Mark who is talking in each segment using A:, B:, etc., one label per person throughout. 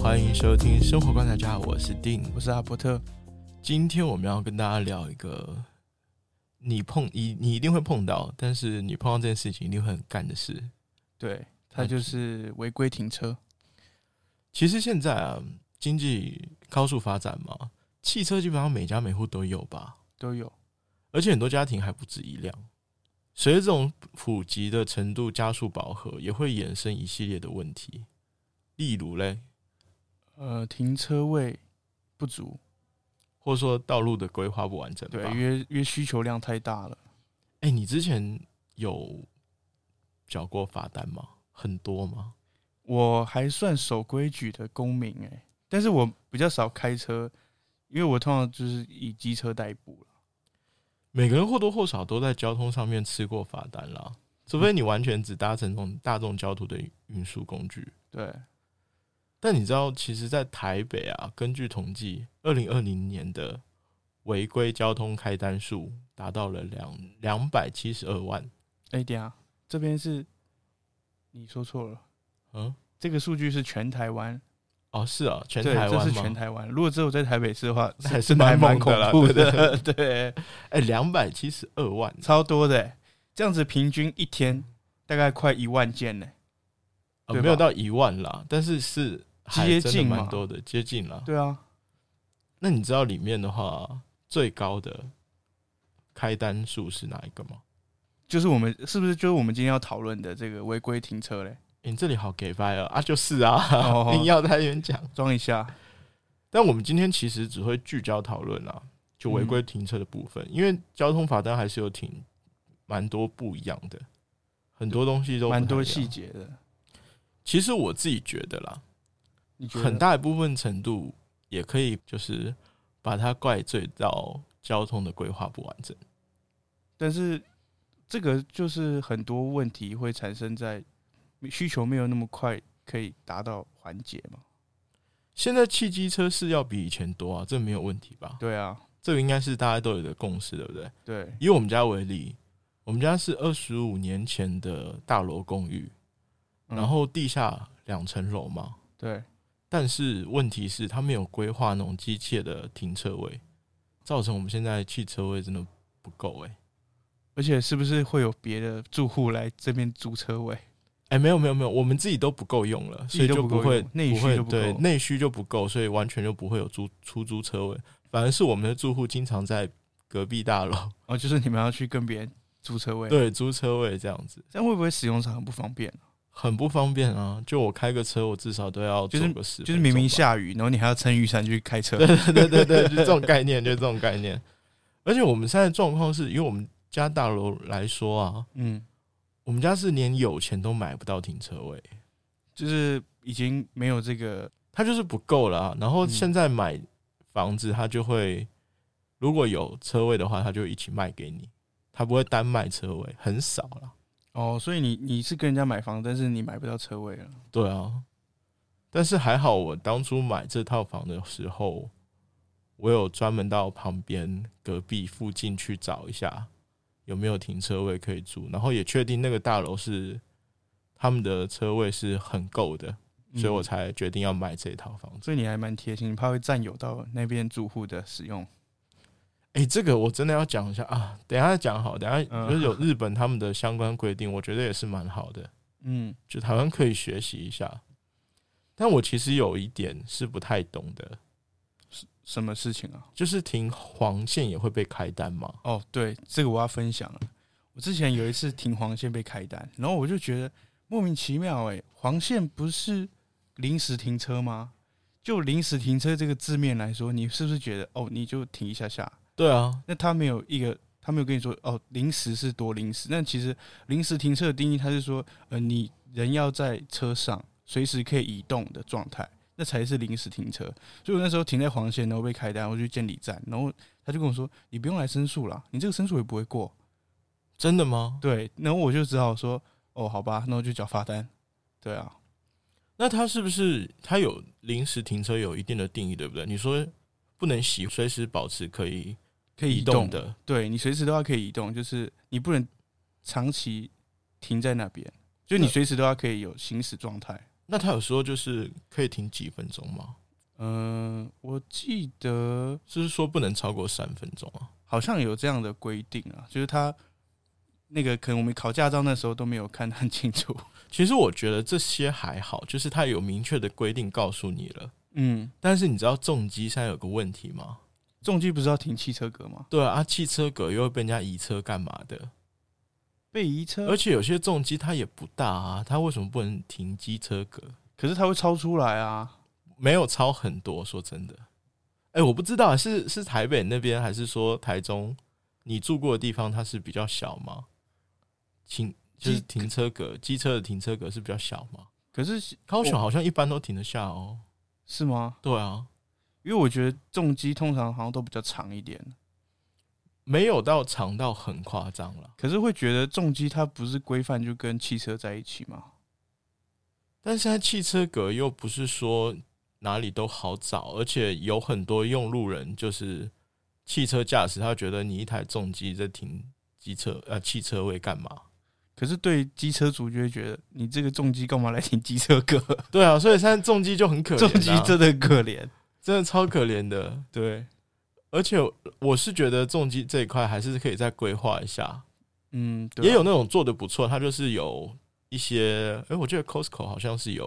A: 欢迎收听《生活观察家》，我是丁，我是阿伯特。今天我们要跟大家聊一个你碰你你一定会碰到，但是你碰到这件事情一定会很干的事。
B: 对，它就是违规停车。
A: 其实现在啊，经济高速发展嘛，汽车基本上每家每户都有吧，
B: 都有。
A: 而且很多家庭还不止一辆。随着这种普及的程度加速饱和，也会衍生一系列的问题，例如嘞，
B: 呃，停车位不足，
A: 或者说道路的规划不完整吧。
B: 对，因为因为需求量太大了。
A: 哎、你之前有缴过罚单吗？很多吗？
B: 我还算守规矩的公民哎、但是我比较少开车，因为我通常就是以机车代步了。
A: 每个人或多或少都在交通上面吃过罚单啦，除非你完全只搭乘那种大众交通的运输工具。
B: 对，
A: 但你知道，其实，在台北啊，根据统计，二零二零年的违规交通开单数达到了两两百七十二万。
B: 哎、等一下这边是你说错了，
A: 嗯，
B: 这个数据是全台湾，
A: 哦，是啊，全
B: 对
A: 台
B: 这
A: 湾
B: 是
A: 吗
B: 全？台湾。如果只有在台北市的话，
A: 那还是
B: 真的还
A: 蛮猛
B: 蛮
A: 的
B: 恐
A: 啦
B: 怖
A: 对
B: 的， 对，
A: 哎，两百七十二万，
B: 超多的、欸。这样子平均一天大概快一万件呢、
A: 呃
B: 对吧
A: 没有到一万啦，但是是还
B: 接
A: 真的
B: 近
A: 蛮
B: 嘛
A: 多的，接近啦。
B: 对啊，
A: 那你知道里面的话，最高的开单数是哪一个吗？
B: 就是我们是不是就是我们今天要讨论的这个违规停车 嘞？
A: 诶你这里好给掰啊！啊，就是啊，
B: 哦
A: 硬要在那边讲。
B: 装一下，
A: 但我们今天其实只会聚焦讨论啦，就违规停车的部分，
B: 嗯
A: 因为交通罚单还是有挺蛮多不一样的，很多东西都不太
B: 蛮多
A: 一样
B: 细。节的。
A: 其实我自己觉得啦，
B: 你觉得
A: 很大一部分程度也可以就是把它怪罪到交通的规划不完整。
B: 但是这个就是很多问题会产生在需求没有那么快可以达到缓解嘛？
A: 现在汽机车是要比以前多啊，这没有问题吧？
B: 对啊，
A: 这个应该是大家都有的共识，对不对？
B: 对，
A: 以我们家为例，我们家是二十五年前的大楼公寓，
B: 嗯
A: 然后地下两层楼嘛。
B: 对，
A: 但是问题是，它没有规划那种机械的停车位，造成我们现在汽车位真的不够哎、
B: 而且是不是会有别的住户来这边租车位？
A: 哎、没有没有没有，我们自己都不够用了，
B: 自
A: 所以
B: 己
A: 就
B: 都不
A: 不
B: 够
A: 会
B: 用内需
A: 会
B: 就不够
A: 对内需就不够，所以完全就不会有租出租车位，反而是我们的住户经常在隔壁大楼
B: 哦，就是你们要去跟别人租车位，
A: 对租车位这样子，
B: 这样会不会使用上很不方便？
A: 很不方便啊！就我开个车，我至少都要
B: 就是
A: 走个十分钟吧，
B: 就是明明下雨，然后你还要撑雨伞去开车，
A: 对对对对，就这种概念，就是这种概念。而且我们现在状况是，因为我们家大楼来说啊，
B: 嗯，
A: 我们家是连有钱都买不到停车位，
B: 就是已经没有这个
A: 它就是不够了、啊。然后
B: 嗯
A: 现在买房子，它就会如果有车位的话，它就一起卖给你，它不会单卖车位，很少啦。
B: 哦，所以你你是跟人家买房，但是你买不到车位了。
A: 对啊，但是还好我当初买这套房的时候，我有专门到旁边隔壁附近去找一下有没有停车位可以住，然后也确定那个大楼是他们的车位是很够的，所以我
B: 嗯
A: 才决定要买这套房子。
B: 所以你还蛮贴心，怕会占有到那边住户的使用。
A: 哎、这个我真的要讲一下啊，等一下再讲好，等一下
B: 嗯
A: 就是有日本他们的相关规定，我觉得也是蛮好的。
B: 嗯，
A: 就台湾可以学习一下。但我其实有一点是不太懂的，
B: 什么事情啊？
A: 就是停黄线也会被开单吗？
B: 哦，对，这个我要分享了。我之前有一次停黄线被开单，然后我就觉得莫名其妙、欸，黄线不是临时停车吗？就临时停车这个字面来说，你是不是觉得哦，你就停一下下？
A: 对啊，
B: 那他没有一个，他没有跟你说哦，临时是多临时。但其实临时停车的定义，他是说，呃，你人要在车上，随时可以移动的状态，那才是临时停车。所以我那时候停在黄线，然后被开单，我去监理站，然后他就跟我说，你不用来申诉啦，你这个申诉也不会过。
A: 真的吗？
B: 对，然后我就只好说，哦，好吧，那我就缴罚单。对啊，
A: 那它是不是它有临时停车有一定的定义，对不对？你说不能洗，随时保持可以
B: 可以
A: 移动，的，
B: 对你随时都要可以移动，就是你不能长期停在那边，就你
A: 对
B: 随时都要可以有行驶状态。
A: 那他有说就是可以停几分钟吗？
B: 嗯、我记得
A: 是说不能超过三分钟啊？
B: 好像有这样的规定啊，就是他那个可能我们考驾照那时候都没有看得很清楚。
A: 其实我觉得这些还好，就是他有明确的规定告诉你了。
B: 嗯，
A: 但是你知道重机现在有个问题吗？
B: 重机不是要停汽车格吗？
A: 对啊，啊汽车格又会被人家移车干嘛的？
B: 被移车，
A: 而且有些重机它也不大啊，它为什么不能停机车格？
B: 可是它会超出来啊。
A: 没有超很多，说真的。哎、我不知道是是台北那边还是说台中，你住过的地方它是比较小吗？停就是
B: 机
A: 停车格，机车的停车格是比较小吗？
B: 可是
A: 高雄好像一般都停得下哦。
B: 是吗？
A: 对啊，
B: 因为我觉得重机通常好像都比较长一点，
A: 没有到长到很夸张了，
B: 可是会觉得重机它不是规范就跟汽车在一起吗？
A: 但现在汽车格又不是说哪里都好找，而且有很多用路人就是汽车驾驶，他觉得你一台重机在停机车呃汽车位干嘛？
B: 可是对机车族就会觉得你这个重机干嘛来停机车格？
A: 对啊，所以现在重机就很可怜、
B: 重
A: 啊，
B: 机真的很可怜。
A: 真的超可怜的。
B: 对，
A: 而且我是觉得重机这一块还是可以再规划一下，
B: 嗯，对啊
A: 也有那种做的不错，它就是有一些，哎、我记得 Costco 好像是有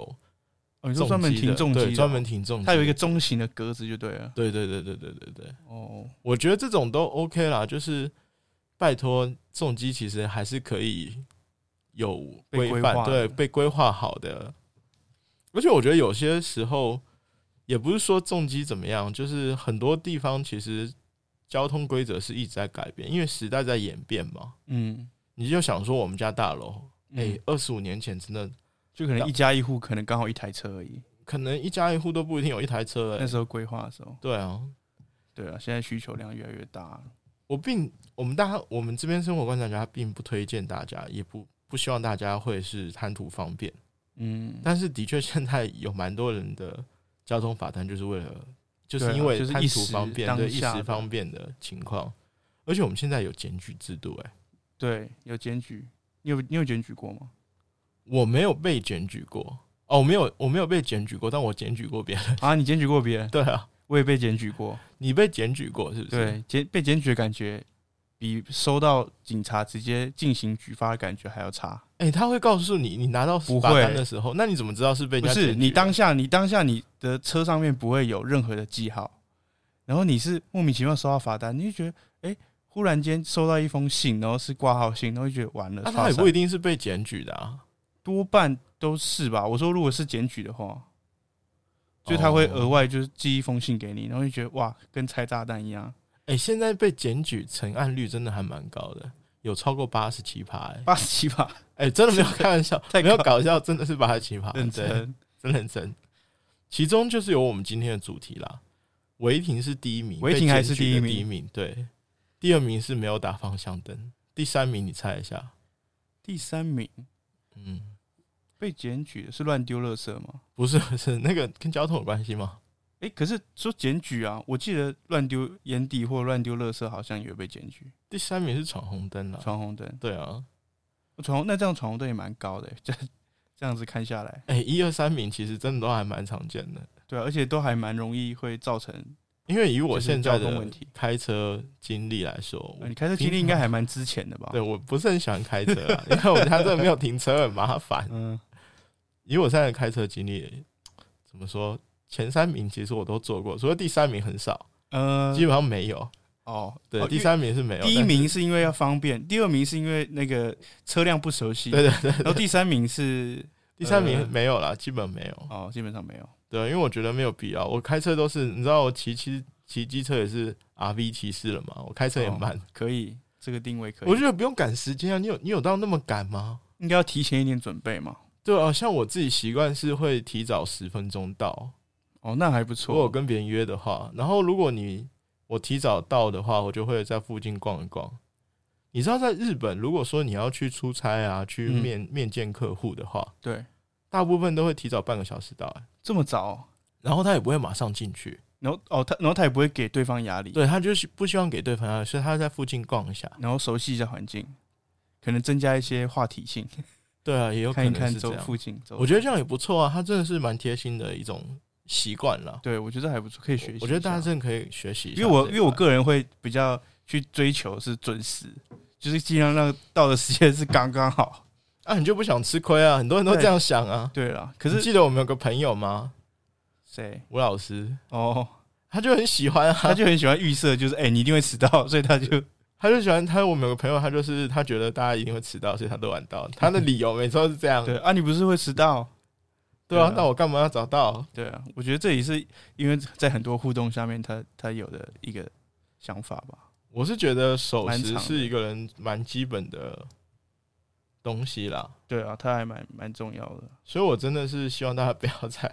B: 哦，你
A: 重机的
B: 说专门停重机
A: 对，
B: 的，
A: 专门停重机，
B: 它有一个，中型的格子就对了。
A: 对对对对对对对，
B: 哦，
A: 我觉得这种都 OK 啦，就是拜托重机其实还是可以有
B: 被
A: 规
B: 规
A: 范，
B: 划
A: 对，
B: 的
A: 被规划好的。而且我觉得有些时候也不是说重机怎么样，就是很多地方其实交通规则是一直在改变，因为时代在演变嘛。
B: 嗯，
A: 你就想说我们家大楼，
B: 嗯
A: 哎、二十五年前真的
B: 就可能一家一户，可能刚好一台车而已。
A: 可能一家一户都不一定有一台车、
B: 那
A: 哎，
B: 时候规划的时候，
A: 对啊，
B: 对啊，现在需求量越来越大了。
A: 我并我们大家我们这边生活观察家并不推荐大家，也不不希望大家会是贪图方便，
B: 嗯，
A: 但是的确现在有蛮多人的交通法单就是为了就是
B: 对啊
A: 因为
B: 就是
A: 贪
B: 一
A: 图
B: 时
A: 方便
B: 当
A: 对一
B: 下
A: 时
B: 的
A: 方便的情况，而且我们现在有检举制度、哎，
B: 对，有检举，你有你有检举过吗？
A: 我没有被检举过哦，我没有我没有被检举过，但我检举过别人，
B: 啊，你检举过别人，
A: 对啊，
B: 我也被检举过。
A: 你被检举过是不是？
B: 对，检被检举的感觉比收到警察直接进行举发的感觉还要差。
A: 哎、他会告诉你，你拿到
B: 不
A: 罚单
B: 会
A: 的时候，那你怎么知道是被人
B: 不
A: 家
B: 是
A: 检举
B: 你
A: 了
B: 当下，你当下你的车上面不会有任何的记号，然后你是莫名其妙收到罚单，你就觉得哎、诶忽然间收到一封信，然后是挂号信，然后就觉得完了，
A: 那、
B: 发
A: 啊他也
B: 生
A: 不一定是被检举的啊，
B: 啊多半都是吧。我说如果是检举的话，就他会
A: 哦
B: 额外就是寄一封信给你，然后就觉得哇，跟拆炸弹一样，
A: 哎、现在被检举成案率真的还蛮高的，有超过八十七趴。哎、
B: 八十七 吧，
A: 哎真的没有开玩笑，
B: 太
A: 没有
B: 高
A: 搞笑，真的是八十七趴，
B: 认
A: 对，
B: 真。
A: 真认真。其中就是有我们今天的主题啦，违停是第一名，
B: 违停
A: 被
B: 还
A: 检
B: 是
A: 举
B: 第一
A: 的
B: 名
A: 第一名，对，第二名是没有打方向灯，第三名你猜一下，
B: 第三名
A: 嗯，
B: 被检举的是乱丢垃圾吗？
A: 不是不是那个跟交通有关系吗？
B: 哎、可是说检举啊，我记得乱丢烟蒂或乱丢垃圾好像也被检举，
A: 第三名是闯红灯啦，
B: 闯红灯。
A: 对啊，
B: 闯红那这样闯红灯也蛮高的欸，这这样子看下来，
A: 哎、一二三名其实真的都还蛮常见的，
B: 对啊、而且都还蛮容易会造成。
A: 因为以我
B: 就是
A: 现在
B: 交通
A: 的
B: 问题
A: 开车经历来说，
B: 呃
A: 我
B: 你开车经历应该还蛮之前的吧？
A: 对，我不是很喜欢开车啊，因为我们家真的没有停车，很麻烦。
B: 嗯，
A: 以我现在的开车经历，怎么说？前三名其实我都做过，所以第三名很少，
B: 呃
A: 基，本上没有。
B: 哦，
A: 对，
B: 哦
A: 第，三名是没
B: 因
A: 有。
B: 为第一名是因为要方便，第二名是因为那个车辆不熟悉，
A: 但是，对对对，
B: 然后第三名是
A: 第三
B: 呃
A: 名没有啦，基本没有。
B: 哦，基本上没有。
A: 对，因为我觉得没有必要。我开车都是，你知道我骑骑骑机车也是 RV 骑士了嘛，我开车也
B: 哦
A: 慢，
B: 可以，这个定位可以。
A: 我觉得不用赶时间啊。你有你有到那么赶吗？
B: 应该要提前一点准备嘛。
A: 对啊，像我自己习惯是会提早十分钟到，
B: 哦，那还不
A: 如果我
B: 错。
A: 跟别人约的话，然后如果你我提早到的话，我就会在附近逛一逛。你知道，在日本，如果说你要去出差啊，去
B: 嗯
A: 面、面见客户的话，
B: 对，
A: 大部分都会提早半个小时到、欸
B: 这么早，
A: 然后他也不会马上进去，
B: 然后哦，他然后他也不会给对方压力，
A: 对他就是不希望给对方压力，所以他在附近逛一下。
B: 然后熟悉一下环境，可能增加一些话题性。
A: 对啊，也有可
B: 看一
A: 能
B: 看
A: 是这
B: 周
A: 样。
B: 附近周，
A: 我觉得这样也不错啊，他真的是蛮贴心的一种习惯了。
B: 对我觉得还不错，可以学习一下。
A: 我觉得大家真的可以学习一下这
B: 因为
A: 一块，
B: 我因为我个人会比较去追求是准时，就是尽量让到的时间是刚刚好。
A: 啊，你就不想吃亏啊，很多人都
B: 对
A: 这样想啊。
B: 对了，可
A: 你
B: 是
A: 记得我们有个朋友吗？
B: 谁
A: 吴老师，
B: 哦，
A: 他就很喜欢啊，
B: 他就很喜欢预设，就是哎、你一定会迟到，所以他就
A: 他就喜欢他。我们有个朋友，他就是他觉得大家一定会迟到，所以他都晚 到。他的理由每次都是这样，
B: 对啊，你不是会迟到？
A: 对啊
B: 对啊，
A: 那我干嘛要找到？
B: 对啊，我觉得这也是因为在很多互动下面他，他有的一个想法吧。
A: 我是觉得守
B: 蛮长
A: 时
B: 的
A: 是一个人蛮基本的东西啦，
B: 对啊，他还蛮蛮重要的。
A: 所以我真的是希望大家不要再，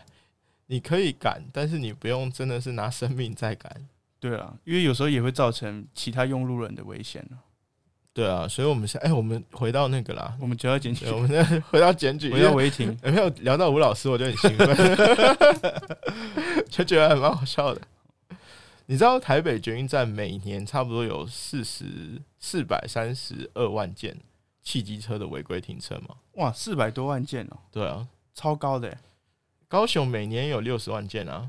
A: 你可以赶，但是你不用真的是拿生命在赶。
B: 对啊，因为有时候也会造成其他用路人的危险啊
A: 对啊，所以我们现哎、我们回到那个啦，
B: 我们就要检举
A: 对，我们再回到检举，
B: 我
A: 因为
B: 要违停。
A: 哎有没有聊到吴老师，我就很兴奋，就觉得还蛮好笑的。你知道台北捷运站每年差不多有四十四百三十二万件汽机车的违规停车吗？
B: 哇，四百多万件哦，
A: 对啊，
B: 超高的耶，欸
A: 高雄每年有六十万件啊，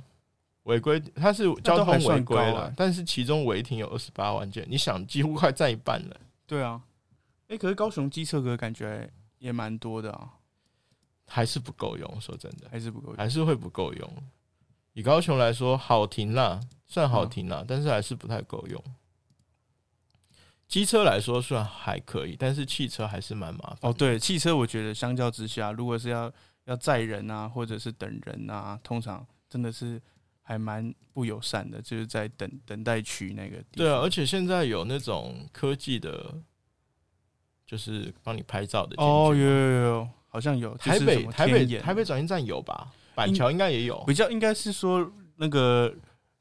A: 违规它是
B: 那
A: 交
B: 都还
A: 通违
B: 算
A: 规
B: 高
A: 了
B: 欸，
A: 但是其中违停有二十八万件，你想几乎快占一半了。
B: 对啊，哎、可是高雄机车格感觉也蛮多的啊，
A: 还是不够用，说真的，
B: 还是不够。
A: 还是会不够用。以高雄来说，好停啦，算
B: 嗯
A: 好停啦，但是还是不太够用。机车来说算还可以，但是汽车还是蛮麻烦。
B: 哦，对，汽车我觉得相较之下，如果是要要载人啊，或者是等人啊，通常真的是还蛮不友善的，就是在等等待区那个地
A: 对啊，
B: 方。
A: 而且现在有那种科技的，就是帮你拍照的
B: 哦，
A: 监视器
B: 有有有有，好像有。就
A: 台
B: 是
A: 北
B: 什么
A: 台
B: 天
A: 北
B: 眼
A: 台北转运站有吧？板桥应该也有
B: 比，较应该是说那个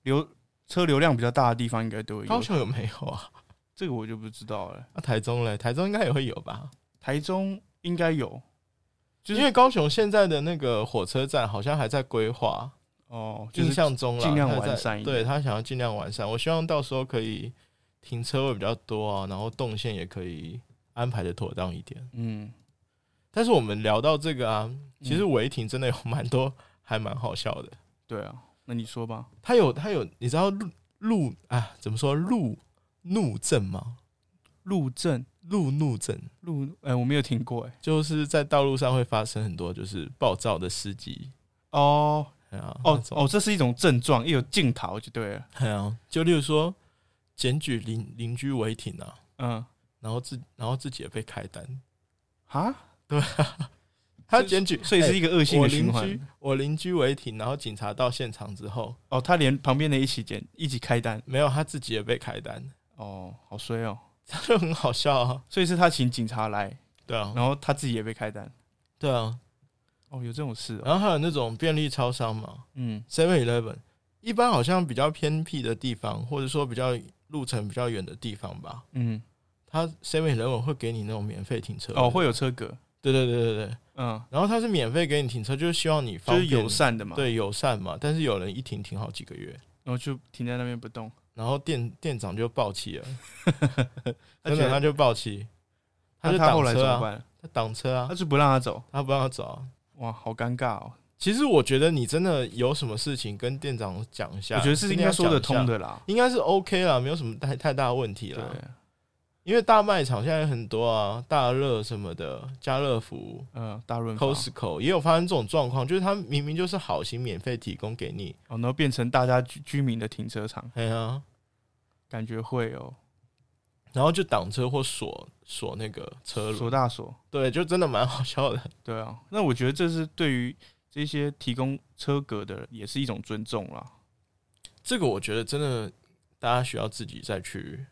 B: 流车流量比较大的地方应该都有。
A: 高雄有没有啊？
B: 这个我就不知道了，
A: 那台中嘞？台中应该也会有吧？
B: 台中应该有。就是
A: 因为高雄现在的那个火车站好像还在规划，
B: 哦，就
A: 印
B: 是
A: 象中啦，
B: 尽量
A: 他在
B: 完善一点
A: 对他想要尽量完善，我希望到时候可以停车位比较多啊，然后动线也可以安排的妥当一点。
B: 嗯，
A: 但是我们聊到这个啊，其实
B: 嗯
A: 违停真的有蛮多，还蛮好笑的。
B: 对啊，那你说吧。
A: 他有他有，你知道路路啊怎么说路怒症吗？
B: 路政
A: 路怒症
B: 路，哎、我没有听过、哎。
A: 就是在道路上会发生很多就是暴躁的司机。
B: 哦
A: 哎呀那
B: 哦
A: 种
B: 哦，这是一种症状，也有镜头就对了。
A: 哎呀，就例如说检举邻邻居违停啊，
B: 嗯，
A: 然后自然后自己也被开单，
B: 啊，
A: 他检举，哎
B: 所以是一个恶性
A: 我
B: 的循
A: 邻
B: 环。
A: 居，我邻居违停，然后警察到现场之后，
B: 哦，他连旁边的一起捡，一起开单。
A: 没有他自己也被开单，
B: 哦，好衰哦。
A: 他就很好笑啊。
B: 所以是他请警察来，
A: 对啊，
B: 然后他自己也被开单。
A: 对啊。
B: 哦，有这种事哦。
A: 然后还有那种便利超商嘛
B: 嗯，
A: ，Seven Eleven，一般好像比较偏僻的地方，或者说比较路程比较远的地方吧，
B: 嗯，
A: 他 Seven Eleven 会给你那种免费停车。
B: 哦，会。有车格，
A: 对对对对对。
B: 嗯，
A: 然后他是免费给你停车，就是希望你
B: 就
A: 方
B: 是
A: 便
B: 友，善的嘛。，
A: 对友善嘛。但是有人一停停好几个月，
B: 然后就停在那边不动。
A: 然后店店长就爆气 了，
B: 而
A: 真
B: 且
A: 的他就爆气，他
B: 那
A: 就
B: 他后
A: 挡
B: 来怎
A: 车
B: 么
A: 啊，
B: 办？
A: 他挡车啊
B: 他，就不让他走。
A: 他不让他走啊。
B: 哇，好尴尬哦。
A: 其实我觉得你真的有什么事情跟店长讲一下，
B: 我觉得是
A: 跟
B: 应
A: 店
B: 该
A: 长
B: 说得
A: 讲
B: 通
A: 一下，
B: 的啦。
A: 应该是 OK 啦，没有什么太太大问题
B: 对，
A: 啦。因为大卖场现在很多啊，大乐什么的，家乐福、
B: 嗯，大润发。
A: Costco 也有发生这种状况，就是他明明就是好心免费提供给你，
B: 哦，然后变成大家居居民的停车场，
A: 哎呀，
B: 感觉会哦，
A: 然后就挡车或锁锁那个车轮，
B: 锁大锁。
A: 对，就真的蛮好笑的。
B: 对啊，那我觉得这是对于这些提供车格的人也是一种尊重啦。
A: 这个我觉得真的大家需要自己再去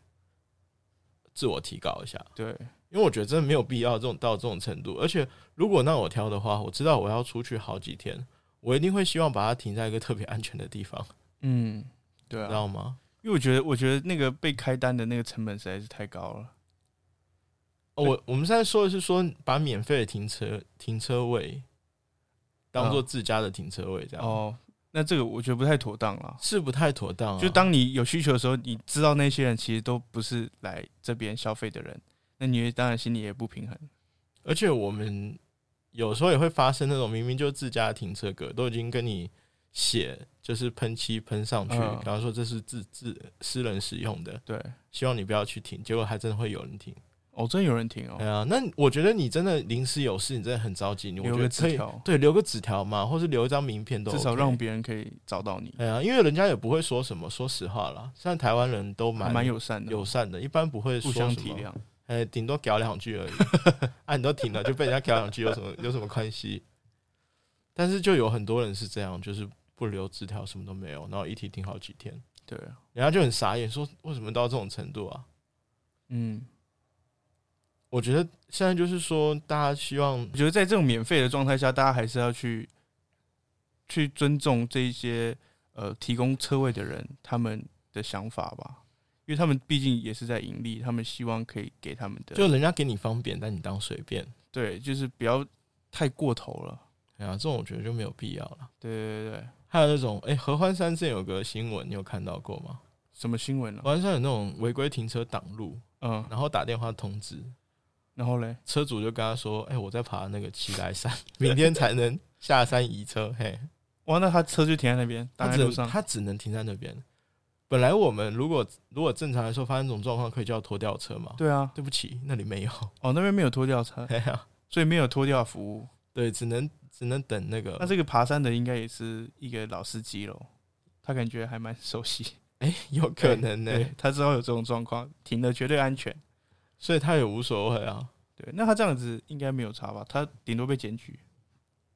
A: 自我提高一下，
B: 对，
A: 因为我觉得真的没有必要这种到这种程度。而且如果让我挑的话，我知道我要出去好几天，我一定会希望把它停在一个特别安全的地方，
B: 嗯，对
A: 知
B: 啊，
A: 道吗？
B: 因为我觉得我觉得那个被开单的那个成本实在是太高了。
A: 哦我我们现在说的是说把免费的停车停车位当做自家的停车位，这样、
B: 嗯哦，那这个我觉得不太妥当啦。
A: 是不太妥当、啊。
B: 就当你有需求的时候，你知道那些人其实都不是来这边消费的人，那你也当然心里也不平衡。
A: 而且我们有时候也会发生那种明明就是自家的停车格，都已经跟你写就是喷漆喷上去，
B: 嗯
A: 然后说这是自自私人使用的，
B: 对，
A: 希望你不要去停，结果还真的会有人停。
B: 哦，真有人停哦
A: 对，啊，那我觉得你真的临时有事，你真的很着急，你我
B: 留
A: 觉
B: 个
A: 得
B: 纸
A: 可以
B: 条，
A: 对留个纸条嘛，或是留一张名片都、
B: 至少让。别人可以找到你，
A: 哎呀，因为人家也不会说什么，说实话啦，像台湾人都
B: 还
A: 蛮
B: 蛮友善的，
A: 友善的，一般不会
B: 互
A: 说
B: 相
A: 什
B: 体
A: 么
B: 谅。
A: 哎，顶多搞两句而已。啊，你都停了，就被人家搞两句有什么 有什么关系？但是就有很多人是这样，就是不留纸条，什么都没有，然后一停停好几天，
B: 对，啊
A: 人家就很傻眼，说为什么到这种程度啊？
B: 嗯，
A: 我觉得现在就是说，大家希望
B: 我觉得在这种免费的状态下，大家还是要去去尊重这一些呃提供车位的人他们的想法吧，因为他们毕竟也是在盈利，他们希望可以给他们的，
A: 就人家给你方便，但你当随便，
B: 对，就是不要太过头了。
A: 哎呀，这种我觉得就没有必要了。
B: 对对对对，
A: 还有那种，哎、合欢山之前有个新闻，你有看到过吗？
B: 什么新闻呢、
A: 合欢山有那种违规停车挡路，
B: 嗯，
A: 然后打电话通知，
B: 然后嘞，
A: 车主就跟他说：“哎、我在爬那个奇来山， 明天才能下山移车。”嘿，
B: 哇，那他车就停在那边，
A: 他
B: 挡在
A: 只
B: 路
A: 能
B: 上。
A: 他只能停在那边。本来我们如果如果正常来说发生这种状况，可以叫拖吊车嘛？
B: 对啊，
A: 对不起，那里没有。
B: 哦，那边没有拖吊车，
A: 嘿呀，
B: 所以没有拖吊服务。
A: 对，只能只能等那个
B: 那。这个爬山的应该也是一个老司机喽，他感觉还蛮熟悉。
A: 哎、有可能呢、
B: 对，他知道有这种状况，停的绝对安全。
A: 所以他也无所谓啊。
B: 对，那他这样子应该没有差吧？他顶多被检举。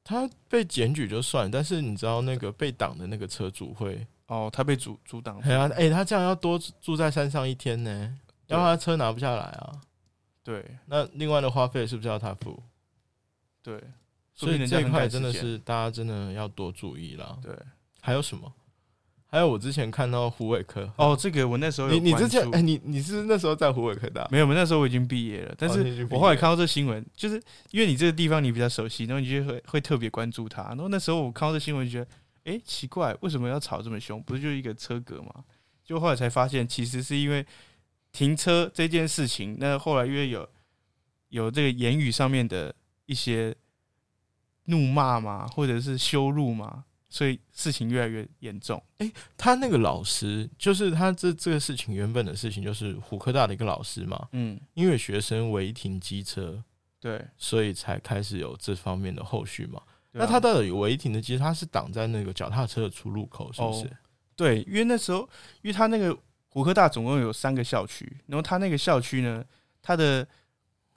A: 他被检举就算，但是你知道那个被挡的那个车主会，
B: 哦，他被阻阻挡。
A: 哎呀、哎、他这样要多住在山上一天呢，要不然他车拿不下来啊。
B: 对
A: 那另外的花费是不是要他付？
B: 对，
A: 所
B: 说不定
A: 以
B: 人家
A: 这一
B: 很赶
A: 块
B: 时
A: 真的
B: 间
A: 是大家真的要多注意啦。
B: 对。
A: 还有什么？还有我之前看到胡伟科，
B: 哦，这个我那时候有
A: 你你
B: 关
A: 之前
B: 注
A: 哎、你你是那时候在胡伟科的啊、
B: 没有，我那时候我已经毕业了，但
A: 哦你已
B: 是
A: 经毕
B: 我后来
A: 业
B: 看到这新闻，就是因为你这个地方你比较熟悉，然后你就会会特别关注它。然后那时候我看到这新闻，就觉得，哎、奇怪，为什么要吵这么凶？不是就是一个车格吗？就后来才发现，其实是因为停车这件事情。那后来因为有有这个言语上面的一些怒骂嘛，或者是羞辱嘛，所以事情越来越严重。
A: 他那个老师就是他这这个事情原本的事情就是胡科大的一个老师嘛，
B: 嗯，
A: 因为学生违停机车，
B: 对。啊
A: 所以才开始有这方面的后续嘛。
B: 对
A: 那
B: 啊
A: 他到底违停的机车，他是挡在那个脚踏车的出入口，是不是？
B: 对，因为那时候，因为他那个胡科大总共有三个校区，然后他那个校区呢，它的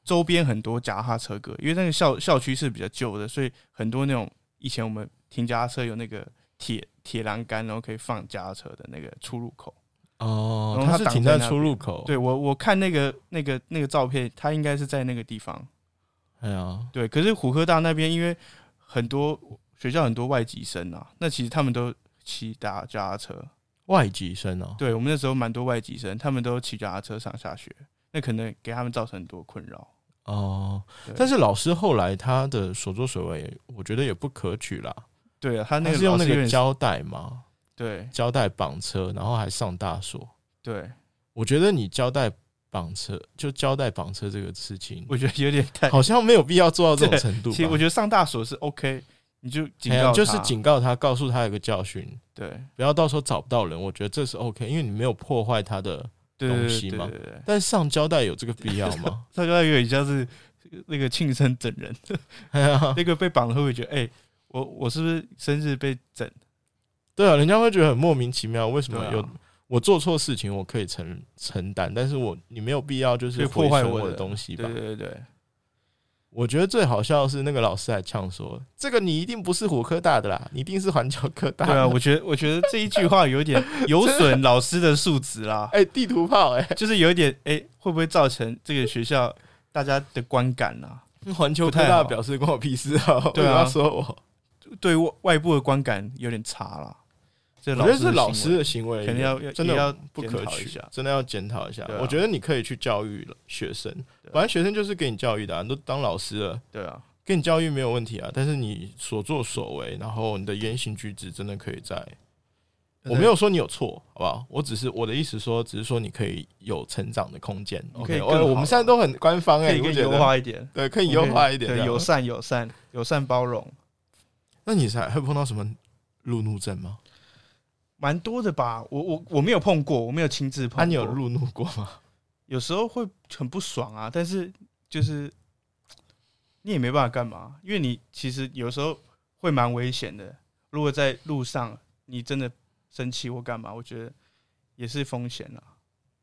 B: 周边很多脚踏车格，因为那个校校区是比较旧的，所以很多那种以前我们停脚踏车有那个铁铁栏杆，然后可以放脚踏车的那个出入口。
A: 哦
B: 然后
A: 他
B: 他
A: 是
B: 挡
A: 停在
B: 在那
A: 出入口。，
B: 对我我看那个那个那个照片，它应该是在那个地方。
A: 哎呀，
B: 对，可是虎科大那边因为很多学校很多外籍生啊，那其实他们都骑大脚踏车，
A: 外籍生哦、
B: 对我们那时候蛮多外籍生，他们都骑脚踏车上下学，那可能给他们造成很多困扰。
A: 哦
B: 对，
A: 但是老师后来他的所作所为，我觉得也不可取啦。
B: 对啊，他那
A: 他
B: 个
A: 是用
B: 老
A: 那
B: 师有
A: 个
B: 点
A: 胶带嘛，
B: 对
A: 胶带绑车，然后还上大锁。
B: 对，
A: 我觉得你胶带绑车，就胶带绑车这个事情，
B: 我觉得有点太。
A: 好像没有必要做到这种
B: 对
A: 程度吧。
B: 其实我觉得上大锁是 OK，你就警
A: 哎呀
B: 告他
A: 就是警告他，告诉他有个教训，
B: 对
A: 不要到时候找不到人。我觉得这是 OK，因为你没有破坏他的。
B: 对对
A: 东
B: 对
A: 西
B: 对
A: 吗
B: 对对。
A: 但是上胶带有这个必要吗？
B: 这个有点像是那个庆生整人，
A: 哎呀
B: 那个被绑了会不会觉得哎、我我是不是生日被整？
A: 对啊，人家会觉得很莫名其妙，为什
B: 对
A: 么
B: 啊
A: 有、我做错事情我可以承承担，但是我你没有必要就是
B: 对破坏
A: 毁损
B: 我
A: 我
B: 的
A: 东西
B: 对
A: 吧
B: 对？对对，
A: 我觉得最好笑的是那个老师还呛说：“这个你一定不是虎科大的啦，你一定是环球科大。”
B: 对啊，我觉得我觉得这一句话有点有损老师的素质啦。
A: 哎、地图炮哎、
B: 就是有一点，哎、会不会造成这个学校大家的观感啊？
A: 环球科
B: 不太
A: 大
B: 好
A: 表示关我屁事啊！
B: 对啊
A: 为什么要说我，
B: 对外外部的观感有点差啦。这
A: 我觉得是老
B: 老
A: 师
B: 师
A: 的行为
B: 肯定要要
A: 真的
B: 也要
A: 不
B: 检
A: 可
B: 讨一
A: 取
B: 下，
A: 真的要检讨一下。
B: 对啊
A: 我觉得你可以去教育学生，
B: 对啊
A: 反正学生就是给你教育的、啊，你都当老师了。
B: 行为对啊，
A: 跟你教育没有问题啊，但是你所作所为，然后你的言行举止真的可以再我没有说你有错，好不好？我只是我的意思说，只是说你可以有成长的空间。
B: 可
A: OK，
B: 以更好啊
A: 我我们现在都很官方哎、
B: 可
A: 你
B: 以
A: 不
B: 更
A: 觉
B: 优
A: 得？
B: 化一点，
A: 对，可以优化一点。这
B: 对，
A: 样
B: 友善、友善、友善包容，
A: 那你才会碰到什么路怒症吗？
B: 蛮多的吧？我我我没有碰过，我没有亲自
A: 那、
B: 碰过。
A: 啊你有路怒过吗？
B: 有时候会很不爽啊，但是就是你也没办法干嘛，因为你其实有时候会蛮危险的。如果在路上你真的生气或干嘛，我觉得也是风险啊，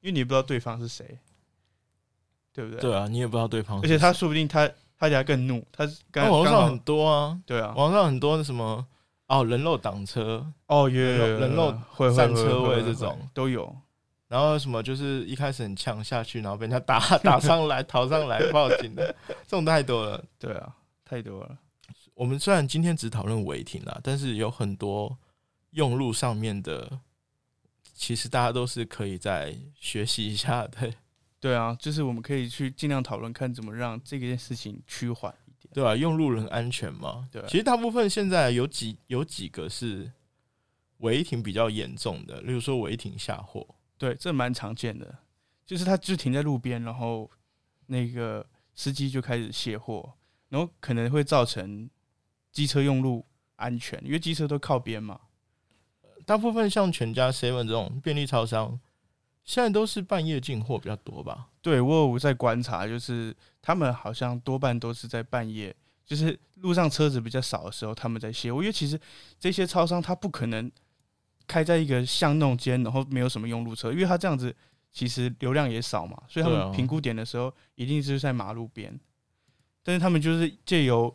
B: 因为你也不知道对方是谁，对不对？
A: 对啊，你也不知道对方是
B: 而
A: 哦谁。
B: 且他说不定他他家更怒，他是刚
A: 那网络
B: 刚
A: 上
B: 好
A: 很多啊，
B: 对啊，
A: 网上很多什么哦，人肉挡车，
B: 哦，有有有有有
A: 人肉
B: 会会
A: 占
B: 会会
A: 车位
B: 会
A: 这
B: 会
A: 种
B: 都有，
A: 然后什么就是一开始很呛下去，然后被人家打 打上来、逃上来、报警的，这种太多了。
B: 对啊，太多了，
A: 我们虽然今天只讨论违停啦，但是有很多用路上面的，其实大家都是可以再学习一下的，
B: 对啊，就是我们可以去尽量讨论看怎么让这件事情趋缓一点。
A: 对吧、用路人安全嘛，
B: 对
A: 其实大部分现在有几有几个是违停比较严重的，例如说违停下货，
B: 对，这蛮常见的，就是他就停在路边，然后那个司机就开始卸货，然后可能会造成机车用路安全，因为机车都靠边嘛。
A: 大部分像全家、seven 这种便利超商，现在都是半夜进货比较多吧？
B: 对我有在观察，就是他们好像多半都是在半夜，就是路上车子比较少的时候，他们在卸货，因为其实这些超商他不可能开在一个巷弄间，然后没有什么用路车，因为他这样子其实流量也少嘛，所以他
A: 对啊
B: 们评估点的时候一定是在马路边，但是他们就是借由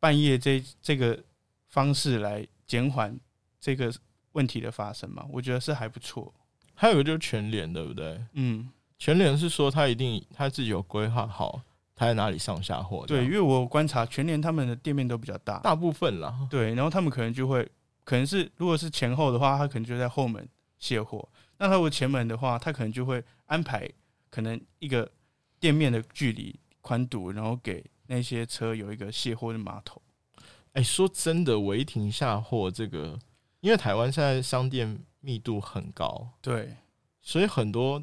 B: 半夜这这个方式来减缓这个问题的发生嘛，我觉得是还不错，
A: 还有一个就是全联，对不对？
B: 嗯。
A: 全联是说他一定他自己有规划好他在哪里上下货，
B: 对，因，为我有观察全年他们的店面都比较大，
A: 大部分啦，
B: 对，然后他们可能就会，可能是如果是前后的话，他可能就在后门卸货；那他如果前门的话，他可能就会安排可能一个店面的距离宽度，然后给那些车有一个卸货的码头。
A: 哎、说真的，违停下货这个，因为台湾现在商店密度很高，
B: 对，
A: 所以很多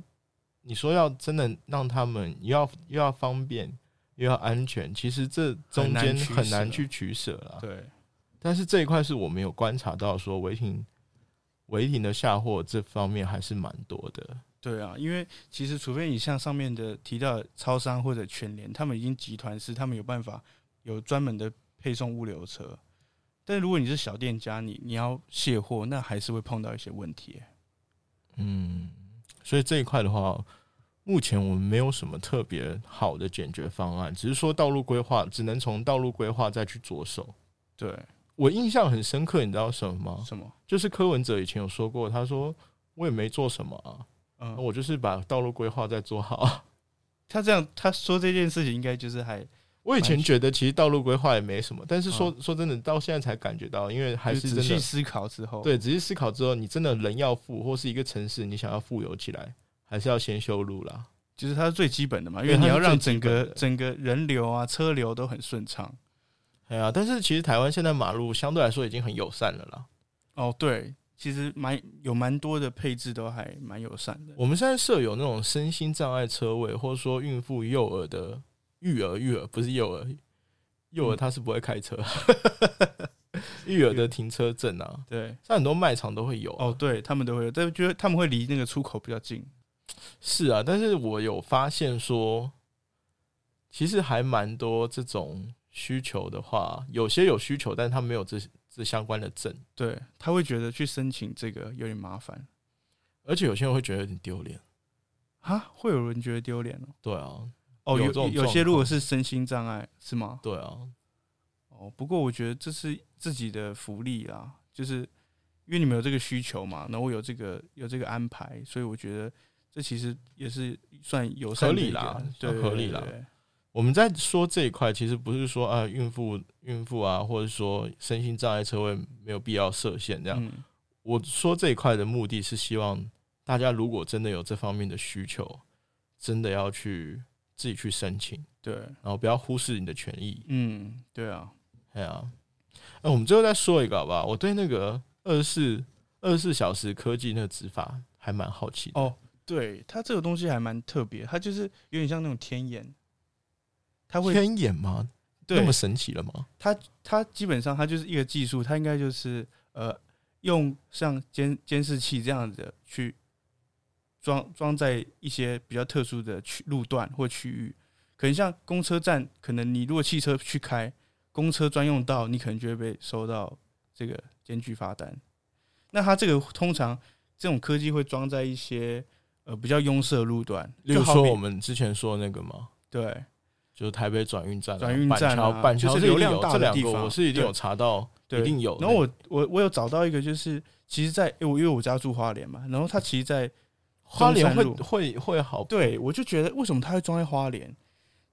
A: 你说要真的让他们又要又要方便又要安全，其实这中间
B: 很难取舍啊
A: 很难去取舍啦。
B: 对，
A: 但是这一块是我没有观察到，说违停违停的下货这方面还是蛮多的。
B: 对啊，因为其实除非你像上面的提到的超商或者全联，他们已经集团式，他们有办法有专门的配送物流车。但如果你是小店家，你你要卸货，那还是会碰到一些问题。
A: 嗯，所以这一块的话，目前我们没有什么特别好的解决方案，只是说道路规划只能从道路规划再去着手。
B: 对，
A: 我印象很深刻，你知道什么吗？
B: 什么？
A: 就是柯文哲以前有说过，他说我也没做什么啊，
B: 嗯，
A: 我就是把道路规划再做好 啊。
B: 他这样他说这件事情，应该就是还
A: 我以前觉得其实道路规划也没什么，但是说说真的，到现在才感觉到，因为还
B: 嗯就是
A: 真
B: 仔
A: 的
B: 细思考之后，
A: 对，仔细思考之后，你真的人要富，或是一个城市你想要富有起来，还是要先修路啦。
B: 就是它是最基本的嘛，因
A: 对
B: 为你要
A: 它
B: 让
A: 是最
B: 整
A: 基本的
B: 个整个人流啊、车流都很顺畅。
A: 哎呀，但是其实台湾现在马路相对来说已经很友善了啦。
B: 哦，对，其实蛮有蛮多的配置都还蛮友善的。
A: 我们现在设有那种身心障碍车位，或者说孕妇、幼儿的育儿、育儿不是幼儿，幼儿他是不会开车， 育儿的停车证啊，
B: 对，
A: 像很多卖场都会有、啊
B: 哦，对他们都会有，但觉得他们会离那个出口比较近。
A: 是啊，但是我有发现说，其实还蛮多这种需求的话，有些有需求，但他没有这这相关的证，
B: 对他会觉得去申请这个有点麻烦
A: 而且有些人会觉得有点丢脸。
B: 啊，会有人觉得丢脸哦。
A: 对啊，
B: 哦，
A: 有
B: 有
A: 这种
B: 有
A: 状
B: 些如果
A: 况
B: 是身心障碍是吗？
A: 对啊，
B: 哦，不过我觉得这是自己的福利啦，就是因为你们有这个需求嘛，然后有这个有这个安排，所以我觉得这其实也是算友善
A: 合
B: 的
A: 理
B: 一个
A: 啦
B: 对，
A: 算合
B: 对
A: 理啦。
B: 对对
A: 我们在说这一块，其实不是说啊，孕妇、孕妇啊，或者说身心障碍车位没有必要设限这样。
B: 嗯，
A: 我说这一块的目的是希望大家如果真的有这方面的需求，真的要去自己去申请，
B: 对，
A: 然后不要忽视你的权益。
B: 嗯，对啊，
A: 哎呀、哎，我们最后再说一个好不好？我对那个二四二十四小时科技那个指法还蛮好奇的。
B: 哦，对，它这个东西还蛮特别，它就是有点像那种天眼，它会
A: 天眼吗？那
B: 对
A: 么神奇了吗？
B: 它它基本上它就是一个技术，它应该就是呃用像监监视器这样子的去装装在一些比较特殊的区路段或区域，可能像公车站，可能你如果汽车去开公车专用道，你可能就会被收到这个监具罚单。那它这个通常这种科技会装在一些呃比较拥塞的路段，
A: 例如
B: 就好
A: 说
B: 比
A: 我们之前说的那个嘛，
B: 对
A: 就是台北转运站啊、
B: 转运站啊
A: 板桥、板桥
B: 就是
A: 这一定
B: 流量
A: 有
B: 大
A: 这
B: 的
A: 两
B: 地
A: 个，
B: 方
A: 我是一定
B: 对
A: 有查到，
B: 对，
A: 一定有。
B: 然后我我我有找到一个，就是其实在，诶我因为我家住花莲嘛，然后它其实在，
A: 花莲
B: 中
A: 会
B: 山路
A: 会会好，
B: 对我就觉得为什么它会装在花莲？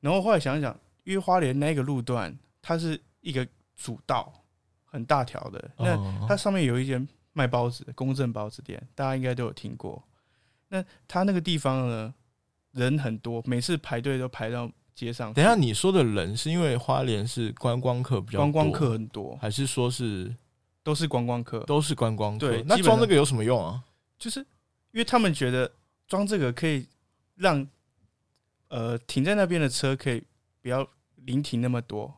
B: 然后后来想一想，因为花莲那个路段它是一个主道，很大条的，那
A: 嗯
B: 它上面有一间卖包子的公正包子店，大家应该都有听过。那它那个地方呢，人很多，每次排队都排到街上去。
A: 等一下你说的人是因为花莲是观光客比较
B: 观光
A: 多
B: 客很多，
A: 还是说是
B: 都是观光客，
A: 都是观光客？
B: 对
A: 那
B: 基本
A: 装
B: 上
A: 这个有什么用啊？
B: 就是因为他们觉得装这个可以让呃停在那边的车可以不要临停那么多。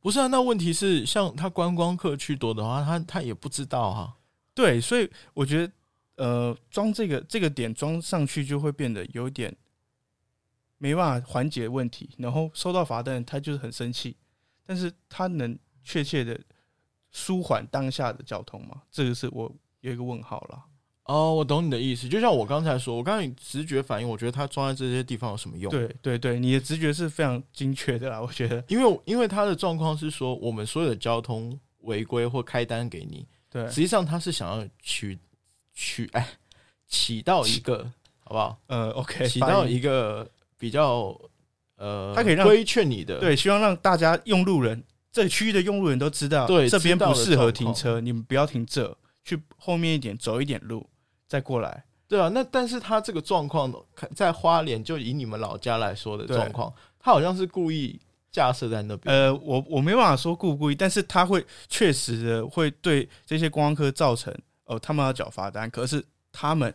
A: 不是啊，那问题是像他观光客去多的话，他他也不知道啊。
B: 对，所以我觉得呃装这个这个点装上去就会变得有点没办法缓解问题，然后收到罚单他就是很生气，但是他能确切的舒缓当下的交通吗？这个是我有一个问号了。
A: 哦，我懂你的意思。就像我刚才说，我刚才直觉反应，我觉得他装在这些地方有什么用？
B: 对对对，你的直觉是非常精确的啦，我觉得
A: 因为因为他的状况是说，我们所有的交通违规或开单给你，
B: 对
A: 实。际上他是想要取取哎起到一个好不好？
B: 呃，OK，
A: 起
B: 发
A: 到
B: 音
A: 一个比较呃，
B: 它可以让
A: 规劝你的，
B: 对，希望让大家用路人这个区域的用路人都知道，
A: 对
B: 这边
A: 知道
B: 不
A: 的
B: 适合
A: 状
B: 停
A: 况
B: 车，你们不要停这，去后面一点走一点路再过来。
A: 对啊。那但是他这个状况在花莲，就以你们老家来说的
B: 对
A: 状况，他好像是故意架设在那边。
B: 呃，我我没办法说故不故意，但是他会确实的会对这些观光客造成哦，他们要缴罚单，可是他们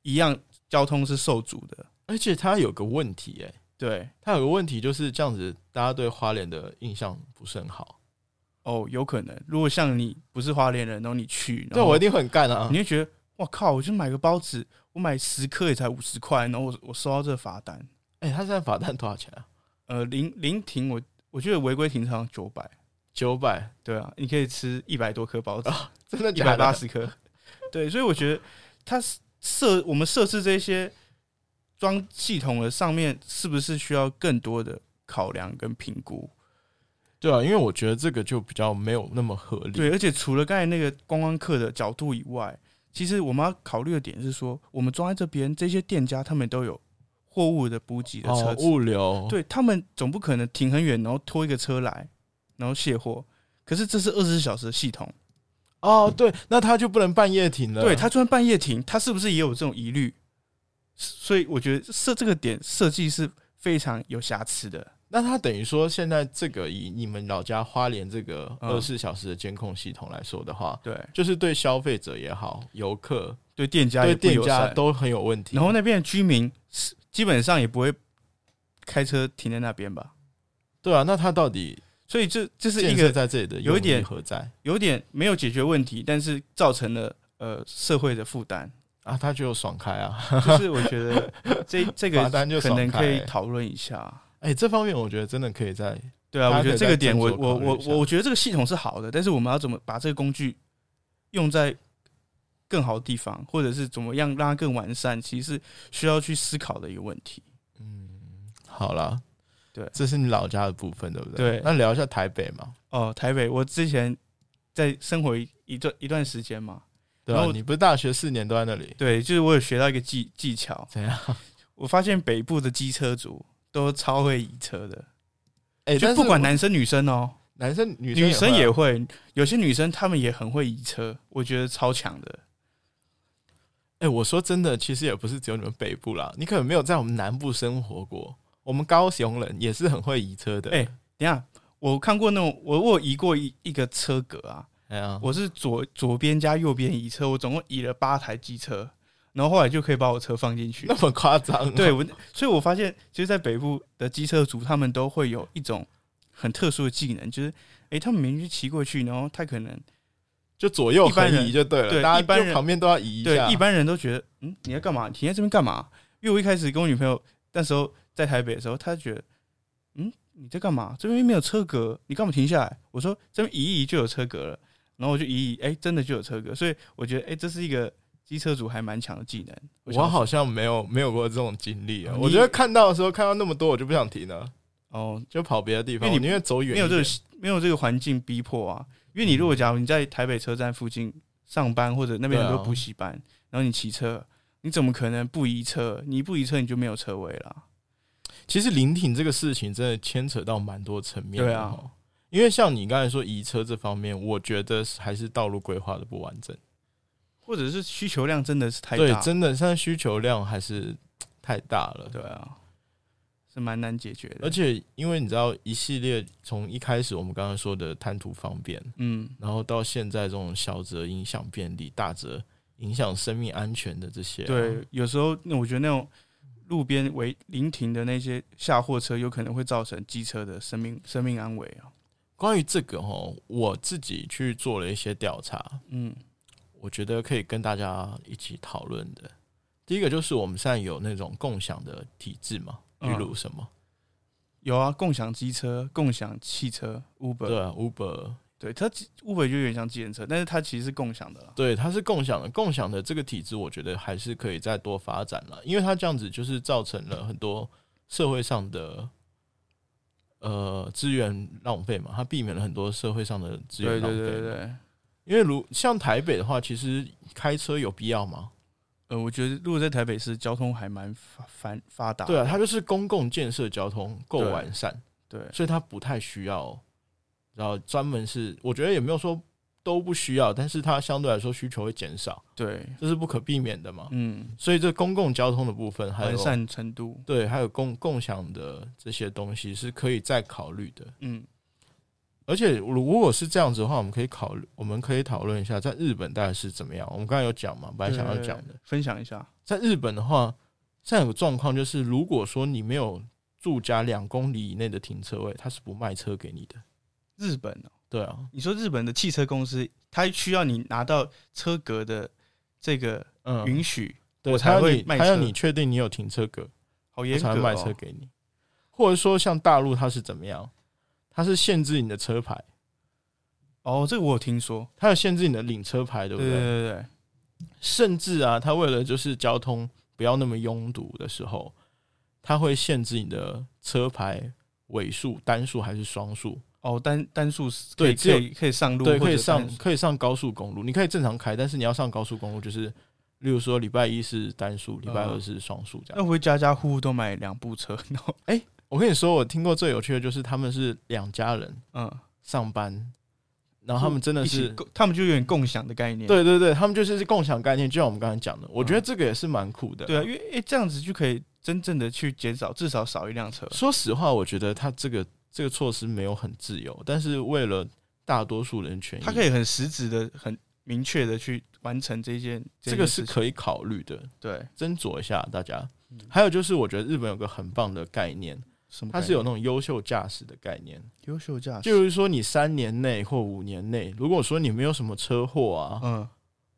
B: 一样交通是受阻的，
A: 而且他有个问题、哎，
B: 对，
A: 他有个问题就是这样子，大家对花莲的印象不是很好。
B: 哦，有可能，如果像你不是花莲人，然后你去，然
A: 对
B: 后
A: 我一定很干啊
B: 你！会觉得，哇靠！我就买个包子，我买十颗也才五十块，然后我我收到这个罚单，
A: 哎、他现在罚单多少钱啊？
B: 呃，临临停我我觉得违规停车九百，
A: 九百，
B: 对啊，你可以吃一百多颗包子，
A: 真的
B: 一
A: 哦假
B: 百八
A: 的？
B: 十颗，对，所以我觉得它设我们设置这些装系统的上面，是不是需要更多的考量跟评估？
A: 对啊，因为我觉得这个就比较没有那么合理。
B: 对，而且除了刚才那个观光客的角度以外，其实我们要考虑的点是说，我们装在这边这些店家他们都有货物的补给的车
A: 哦，
B: 子，
A: 物流，
B: 对他们总不可能停很远，然后拖一个车来，然后卸货。可是这是二十四小时的系统，
A: 哦，对，那他就不能半夜停了。
B: 对他就算半夜停，他是不是也有这种疑虑？所以我觉得设这个点设计是非常有瑕疵的。
A: 那他等于说，现在这个以你们老家花莲这个
B: 嗯
A: 二十四小时的监控系统来说的话，
B: 对
A: 就是对消费者也好，游客
B: 对，店家
A: 对
B: 也不友
A: 店家
B: 善
A: 都很有问题。
B: 然后那边的居民是基本上也不会开车停在那边吧，
A: 对啊，那他到底
B: 所以这这是一
A: 建
B: 个
A: 设在这里的
B: 有一
A: 用意
B: 点
A: 何在
B: 有点没有解决问题，但是造成了呃社会的 负担。
A: 啊？他就爽开啊！
B: 就是我觉得这这
A: 罚
B: 个
A: 单就
B: 可
A: 爽
B: 能
A: 开欸
B: 可以讨论一下。
A: 哎、这方面我觉得真的可以在
B: 对啊，
A: 大家
B: 我
A: 可
B: 觉
A: 以
B: 得这个
A: 再
B: 点
A: 斟
B: 我，
A: 酌
B: 我
A: 考虑
B: 我
A: 一下
B: 我我觉得这个系统是好的，但是我们要怎么把这个工具用在更好的地方，或者是怎么样让它更完善，其实是需要去思考的一个问题。
A: 嗯好啦。
B: 对
A: 这是你老家的部分，对不对？
B: 对
A: 那聊一下台北嘛，
B: 哦，台北，我之前在生活一一段一段时间嘛，
A: 对吧、
B: 然后
A: 你不是大学四年都在那里？
B: 对，就是我有学到一个技技巧，
A: 怎样？
B: 我发现北部的机车族都超会移车的，
A: 哎、但
B: 就是不管
A: 我
B: 男生女生哦，
A: 男生女生
B: 女生
A: 会啊
B: 也会，有些女生她们也很会移车，我觉得超强的。
A: 哎、我说真的，其实也不是只有你们北部啦，你可能没有在我们南部生活过。我们高雄人也是很会移车的。
B: 哎等一下，我看过那种，我我有移过一一个车格啊，
A: 哎呀，
B: 我是左左边加右边移车，我总共移了八台机车，然后后来就可以把我车放进去
A: 那。么夸张啊、
B: 对我，所以我发现，其实，在北部的机车族，他们都会有一种很特殊的技能，就是，诶，他们明明就骑过去，然后他可能
A: 就左右
B: 一般
A: 横
B: 人
A: 移就对了，
B: 对
A: 大家
B: 一般
A: 就
B: 人
A: 旁边都要移一
B: 对
A: 下，
B: 一般人都觉得，嗯，你在干嘛？停在这边干嘛？因为我一开始跟我女朋友那时候在台北的时候，她觉得，嗯，你在干嘛？这边又没有车格，你干嘛停下来？我说这边移一移就有车格了，然后我就移一移，哎、真的就有车格，所以我觉得，哎、这是一个机车主还蛮强的技能。
A: 我
B: 想
A: 好像没有没有过这种经历啊。
B: 哦
A: 我
B: 你
A: 觉得看到的时候看到那么多，我就不想停了，
B: 哦，
A: 就跑别的地方。
B: 因
A: 我
B: 为你
A: 宁愿走远
B: 没
A: 一
B: 有这
A: 点
B: 个。没有这个环境逼迫啊，因为你如果假如你在台北车站附近上班，或者那边很
A: 对
B: 多
A: 啊
B: 补习班，然后你骑车，你怎么可能不移车？你不移车你就没有车位了。
A: 其实临停这个事情真的牵扯到蛮多层面
B: 对
A: 的
B: 啊
A: 哦。因为像你刚才说移车这方面，我觉得还是道路规划的不完整。
B: 或者是需求量真的是太大，
A: 对，真的，现在需求量还是太大了。
B: 对啊，是蛮难解决的。
A: 而，且因为你知道，一系列从一开始我们刚刚说的贪图方便，
B: 嗯，
A: 然后到现在这种小则影响便利，大则影响生命安全的这些啊、
B: 对，有时候那我觉得那种路边违临停的那些下货车，有可能会造成机车的生命生命安危啊。
A: 关于这个哦，我自己去做了一些调查，
B: 嗯
A: 我觉得可以跟大家一起讨论的。第一个就是我们现在有那种共享的体制嘛，例
B: 嗯
A: 如什么、
B: 有啊，共享机车、共享汽车，Uber，
A: 对啊，Uber，
B: 对它其 Uber 就有点像计程车，但是它其实是共享的啦。
A: 对，它是共享的，共享的这个体制，我觉得还是可以再多发展了，因为它这样子就是造成了很多社会上的呃资源浪费嘛，它避免了很多社会上的资源
B: 对
A: 浪
B: 对
A: 费。
B: 对对对，
A: 因为如像台北的话，其实开车有必要吗？
B: 呃，我觉得如果在台北市，交通还蛮发发发达的。
A: 对啊，它就是公共建设交通够完善，
B: 对
A: 所以它不太需要，然后专门是我觉得也没有说都不需要，但是它相对来说需求会减少，
B: 对，
A: 这是不可避免的嘛。
B: 嗯，
A: 所以这公共交通的部分还
B: 完
A: 有
B: 善程度，
A: 对，还有共共享的这些东西是可以再考虑的。
B: 嗯
A: 而且如果是这样子的话，我们可以考虑，我们可以讨论一下在日本大概是怎么样。我们刚才有讲嘛，本来想要讲的，
B: 分享一下。
A: 在日本的话，现在有个状况就是，如果说你没有住家两公里以内的停车位，它是不卖车给你的。
B: 日本哦，
A: 对啊，
B: 你说日本的汽车公司，它需要你拿到车格的这个
A: 嗯，
B: 允许，
A: 对
B: 我才
A: 它要
B: 会
A: 你
B: 卖
A: 它要
B: 车
A: 你确定你有停车格，
B: 好
A: 我
B: 严格、
A: 才
B: 哦。
A: 会卖车给你。或者说像大陆它是怎么样？它是限制你的车牌，
B: 哦，这个我有听说，
A: 它有限制你的领车牌，对
B: 对
A: 不
B: 对对对，
A: 甚至啊，他为了就是交通不要那么拥堵的时候，他会限制你的车牌尾数单数还是双数，
B: 哦，单单数是可
A: 对
B: 以
A: 只有
B: 可以可以上路，
A: 对，
B: 或
A: 可以
B: 者
A: 上
B: 单数
A: 可以上高速公路，你可以正常开，但是你要上高速公路就是，例如说礼拜一是单数，礼拜二
B: 嗯
A: 是双数这样。
B: 那会不会家家户户都买两部车？ 然后
A: 我跟你说，我听过最有趣的就是他们是两家人
B: 嗯，
A: 上班，然后他们真的
B: 一起
A: 是。
B: 共，他们就有点共享的概念。
A: 对对对，他们就是共享概念，就像我们刚才讲的，我觉得这个也是蛮酷的。
B: 对啊，因为诶、这样子就可以真正的去减少，至少少一辆车。
A: 说实话，我觉得他这个这个措施没有很自由，但是为了大多数人权益，
B: 它可以很实质的、很明确的去完成这件
A: 这个
B: 件事
A: 是
B: 情
A: 可以考虑的，
B: 对
A: 斟酌一下大家。还有就是，我觉得日本有个很棒的概念，
B: 什么概念？
A: 它是有那种优秀驾驶的概念，
B: 优秀驾驶，
A: 就是说你三年内或五年内，如果说你没有什么车祸啊
B: 嗯，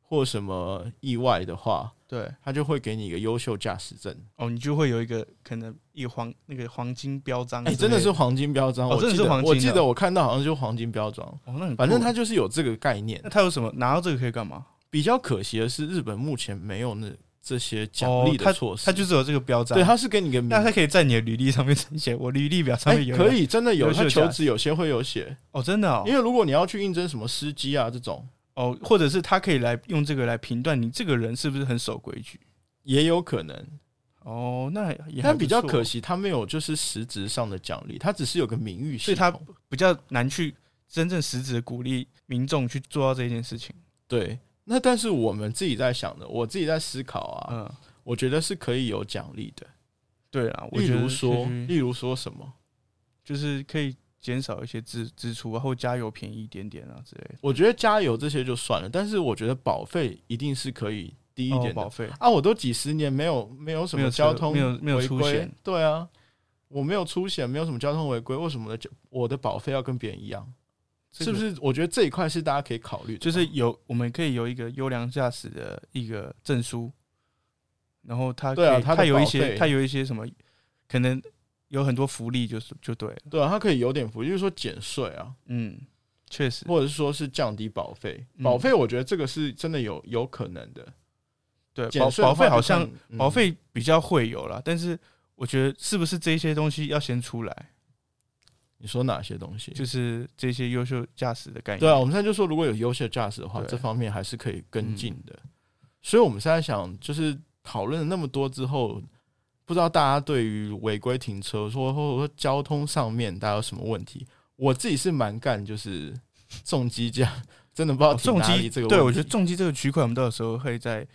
A: 或什么意外的话，
B: 对。
A: 它就会给你一个优秀驾驶证。
B: 哦，你就会有一个可能一黄那个黄金标章之
A: 哎、
B: 类，
A: 真的是黄金标章，
B: 哦
A: 我
B: 真
A: 记
B: 的是
A: 得
B: 黄金
A: 我记
B: 的
A: 得我看到好像就是黄金标章，
B: 哦，那很
A: 反正
B: 酷
A: 它就是有这个概念
B: 那。他有什么拿到这个可以干嘛？
A: 比较可惜的是，日本目前没有那这些奖励
B: 哦
A: 的措施，
B: 他就是有这个标章，
A: 对，他是给你个名
B: 那他可以在你的履历上面 呈现，我履历表上
A: 哎、
B: 面有、
A: 可以真的有，
B: 优秀
A: 他
B: 的
A: 求
B: 价值
A: 职有些会有写，
B: 哦，真的哦
A: 因为如果你要去应征什么司机啊这种，
B: 哦，或者是他可以来用这个来评断你这个人是不是很守规矩
A: 也有可能，
B: 哦，那也还
A: 但比较
B: 不错哦
A: 可，惜，他没有就是实质上的奖励，他只是有个名誉
B: 所
A: 系
B: 以他
A: 统，
B: 比较难去真正实质的鼓励民众去做到这件事情。
A: 对。那但是我们自己在想的，我自己在思考啊，
B: 嗯，
A: 我觉得是可以有奖励的，
B: 对啊，我
A: 例
B: 觉得
A: 如说
B: 必，须
A: 例如说什么，
B: 就是可以减少一些支支出啊，或加油便宜一点点啊之类的。
A: 我觉得加油这些就算了，但是我觉得保费一定是可以低一
B: 哦，
A: 点的。
B: 保费
A: 啊，我都几十年没有没有什
B: 没
A: 么
B: 有
A: 交
B: 车
A: 通
B: 没有没有
A: 违
B: 出
A: 规
B: 险，
A: 对啊，我没有出险，没有什么交通违规，为什么呢？就我的保费要跟别人一样，
B: 这
A: 是
B: 个
A: 不是？我觉得这一块是大家可以考虑的，
B: 就是有我们可以有一个优良驾驶的一个证书，然后它
A: 对啊
B: 可以
A: 它的
B: 它有一
A: 保费
B: 些它有一些什么，可能有很多福利就是就对了。
A: 对啊，它可以有点福利，就是说减税啊，
B: 嗯，确实，
A: 或者是说是降低保费。
B: 嗯
A: 保费我觉得这个是真的有有可能的，
B: 对
A: 减
B: 保
A: 税的
B: 保费
A: 话
B: 好
A: 就看
B: 像
A: 嗯
B: 保费比较会有啦，但是我觉得是不是这些东西要先出来，
A: 你说哪些东西？
B: 就是这些优秀驾驶的概念。
A: 对啊，我们现在就说，如果有优秀的驾驶的话，
B: 对嗯
A: 这方面还是可以跟进的。所以我们现在想，就是讨论了那么多之后，不知道大家对于违规停车说，或者说交通上面大家有什么问题？我自己是蛮干，就是重机这样，真的不知道
B: 哦
A: 停
B: 重
A: 哪
B: 机
A: 里这个问题。
B: 对我觉得重机这个区块，我们到时候会在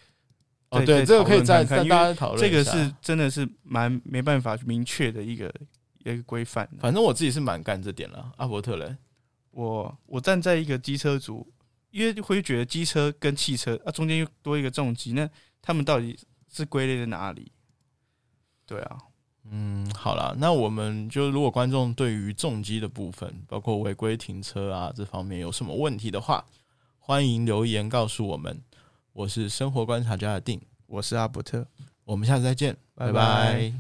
A: 哦，
B: 再
A: 对，
B: 再
A: 这个可以
B: 讨
A: 再
B: 论看看
A: 再
B: 因为
A: 大家讨论
B: 这
A: 一
B: 个
A: 下
B: 是真的是蛮没办法明确的一个一个规范的。
A: 反正我自己是蛮干这点了。阿伯特嘞，
B: 我我站在一个机车族，因为会觉得机车跟汽车啊中间又多一个重机，那他们到底是归类在哪里？对啊，
A: 嗯，好啦，那我们就如果观众对于重机的部分，包括违规停车啊这方面有什么问题的话，欢迎留言告诉我们。我是生活观察家的定，
B: 我是阿伯特，
A: 我们下次再见，拜
B: 拜
A: 拜